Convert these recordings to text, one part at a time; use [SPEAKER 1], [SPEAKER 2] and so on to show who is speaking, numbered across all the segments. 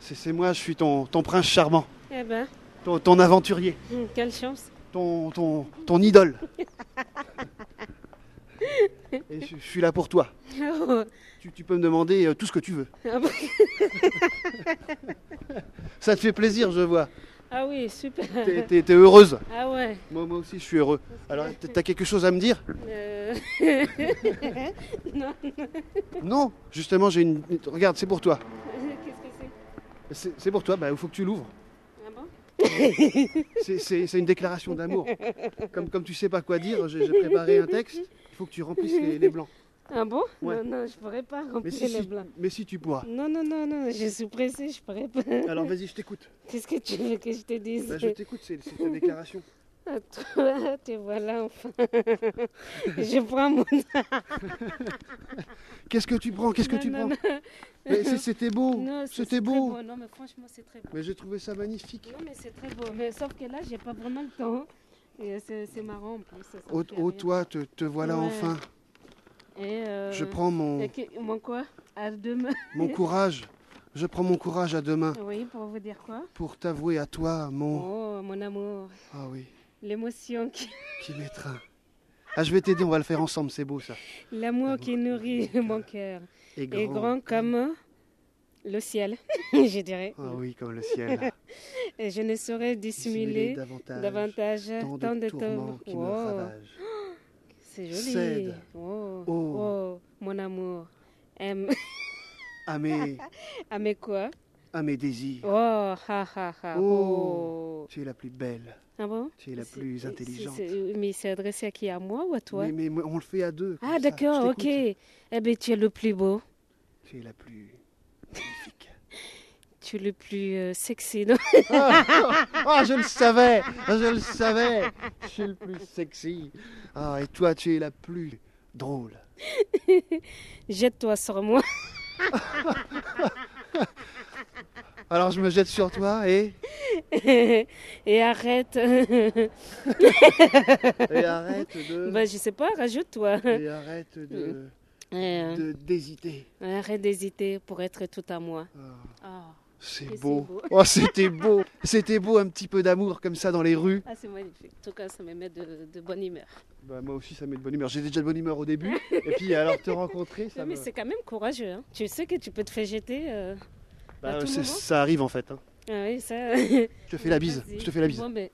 [SPEAKER 1] C'est moi, je suis ton, ton prince charmant,
[SPEAKER 2] Eh ben,
[SPEAKER 1] ton, ton aventurier,
[SPEAKER 2] hum, quelle chance.
[SPEAKER 1] ton, ton, ton idole. Et je, je suis là pour toi.
[SPEAKER 2] Ah
[SPEAKER 1] Tu, tu peux me demander euh, tout ce que tu veux.
[SPEAKER 2] bon
[SPEAKER 1] Ça te fait plaisir, je vois.
[SPEAKER 2] Ah oui, super.
[SPEAKER 1] T'es t'es- t'es heureuse.
[SPEAKER 2] Ah ouais.
[SPEAKER 1] Moi, moi aussi, je suis heureux. Alors, t- t'as quelque chose à me dire
[SPEAKER 2] euh,
[SPEAKER 1] Non, justement, j'ai une. Regarde, c'est pour toi.
[SPEAKER 2] Qu'est-ce que c'est
[SPEAKER 1] C'est c'est pour toi, bah, il faut que tu l'ouvres.
[SPEAKER 2] Ah bon
[SPEAKER 1] C'est- C'est c'est une déclaration d'amour. Comme, comme tu sais pas quoi dire, j'ai j'ai préparé un texte. Il faut que tu remplisses les, les blancs.
[SPEAKER 2] Ah bon
[SPEAKER 1] Ouais.
[SPEAKER 2] Non, non, je pourrais pas
[SPEAKER 1] Mais
[SPEAKER 2] remplir
[SPEAKER 1] si,
[SPEAKER 2] les
[SPEAKER 1] si,
[SPEAKER 2] blancs.
[SPEAKER 1] mais si tu pourras.
[SPEAKER 2] Non, non, non, non, je suis pressée, je pourrais pas.
[SPEAKER 1] Alors vas-y, je t'écoute.
[SPEAKER 2] Qu'est-ce que tu veux que je te dise
[SPEAKER 1] Bah, je t'écoute, c'est c'est ta déclaration.
[SPEAKER 2] Ah, toi, te voilà enfin. je prends mon...
[SPEAKER 1] Qu'est-ce que tu prends Qu'est-ce que
[SPEAKER 2] Non,
[SPEAKER 1] tu
[SPEAKER 2] non,
[SPEAKER 1] prends
[SPEAKER 2] non.
[SPEAKER 1] Mais c'est- C'était beau.
[SPEAKER 2] Non, c'est-
[SPEAKER 1] C'était
[SPEAKER 2] c'est très
[SPEAKER 1] beau.
[SPEAKER 2] Oh, beau. Non, mais franchement, c'est très beau.
[SPEAKER 1] Mais j'ai trouvé ça magnifique.
[SPEAKER 2] Non, mais c'est très beau. Mais sauf que là, j'ai pas vraiment le temps. Et c'est c'est marrant en plus. ça, ça me
[SPEAKER 1] Oh,
[SPEAKER 2] fait
[SPEAKER 1] oh,
[SPEAKER 2] rire.
[SPEAKER 1] toi, te, te voilà
[SPEAKER 2] Ouais.
[SPEAKER 1] enfin.
[SPEAKER 2] Et, euh,
[SPEAKER 1] Je prends mon,
[SPEAKER 2] et que- mon quoi À demain.
[SPEAKER 1] mon courage. Je prends mon courage à demain
[SPEAKER 2] Oui, pour vous dire quoi
[SPEAKER 1] pour t'avouer à toi mon.
[SPEAKER 2] Oh, mon amour.
[SPEAKER 1] Ah oui,
[SPEAKER 2] L'émotion qui...
[SPEAKER 1] qui m'étreint. Ah, je vais t'aider, on va le faire ensemble, c'est beau ça.
[SPEAKER 2] L'amour qui nourrit mon cœur.
[SPEAKER 1] Et
[SPEAKER 2] Et grand comme le ciel, je dirais.
[SPEAKER 1] Ah oui, comme le ciel.
[SPEAKER 2] Et je ne saurais
[SPEAKER 1] Dissimuler
[SPEAKER 2] dissimuler
[SPEAKER 1] davantage.
[SPEAKER 2] davantage
[SPEAKER 1] Tant de,
[SPEAKER 2] tant de
[SPEAKER 1] tourments
[SPEAKER 2] tourments.
[SPEAKER 1] qui me
[SPEAKER 2] Oh,
[SPEAKER 1] ravagent.
[SPEAKER 2] C'est joli.
[SPEAKER 1] cèdent.
[SPEAKER 2] Oh,
[SPEAKER 1] Oh.
[SPEAKER 2] oh, mon amour. Aime,
[SPEAKER 1] À mes,
[SPEAKER 2] ah, mais quoi
[SPEAKER 1] à mes désirs.
[SPEAKER 2] Oh, ha, ha, ha.
[SPEAKER 1] Oh.
[SPEAKER 2] Oh.
[SPEAKER 1] Tu es la plus belle.
[SPEAKER 2] Ah bon
[SPEAKER 1] Tu es la
[SPEAKER 2] C'est-
[SPEAKER 1] plus
[SPEAKER 2] c'est-
[SPEAKER 1] intelligente.
[SPEAKER 2] c'est- Mais c'est adressé à qui À moi ou à toi
[SPEAKER 1] Mais, mais moi, on le fait à deux. comme
[SPEAKER 2] Ah,
[SPEAKER 1] ça.
[SPEAKER 2] d'accord,
[SPEAKER 1] Je
[SPEAKER 2] ok.
[SPEAKER 1] t'écoute.
[SPEAKER 2] Eh bien, tu es le plus beau.
[SPEAKER 1] Tu es la plus magnifique.
[SPEAKER 2] Tu es le plus euh, sexy. non
[SPEAKER 1] Ah, ah, je le savais, ah, je le savais. Je suis le plus sexy. Ah, et toi, tu es la plus drôle.
[SPEAKER 2] Jette-toi sur moi.
[SPEAKER 1] Alors je me jette sur toi et,
[SPEAKER 2] Et arrête.
[SPEAKER 1] et arrête de,
[SPEAKER 2] bah, je sais pas, rajoute-toi.
[SPEAKER 1] et arrête de,
[SPEAKER 2] Euh,
[SPEAKER 1] de- d'hésiter.
[SPEAKER 2] Arrête d'hésiter pour être tout à moi.
[SPEAKER 1] Ah,
[SPEAKER 2] Ah,
[SPEAKER 1] c'est
[SPEAKER 2] c'est
[SPEAKER 1] beau.
[SPEAKER 2] beau.
[SPEAKER 1] Oh, c'était beau. C'était beau un petit peu d'amour comme ça dans les rues.
[SPEAKER 2] Ah, c'est magnifique. En tout cas, ça me met de, de bonne humeur.
[SPEAKER 1] Bah, moi aussi, ça met de bonne humeur. J'étais déjà de bonne humeur au début. Et puis alors te rencontrer, ça
[SPEAKER 2] Non, mais
[SPEAKER 1] me-
[SPEAKER 2] c'est quand même courageux. hein. Tu sais que tu peux te faire jeter. euh,
[SPEAKER 1] Bah,
[SPEAKER 2] à tout
[SPEAKER 1] c'est-
[SPEAKER 2] moment.
[SPEAKER 1] ça arrive en fait. hein.
[SPEAKER 2] Ah oui, ça. ben,
[SPEAKER 1] Je te fais la bise. Je te fais la bise.
[SPEAKER 2] Bon, mais...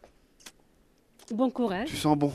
[SPEAKER 2] bon courage.
[SPEAKER 1] Tu sens bon.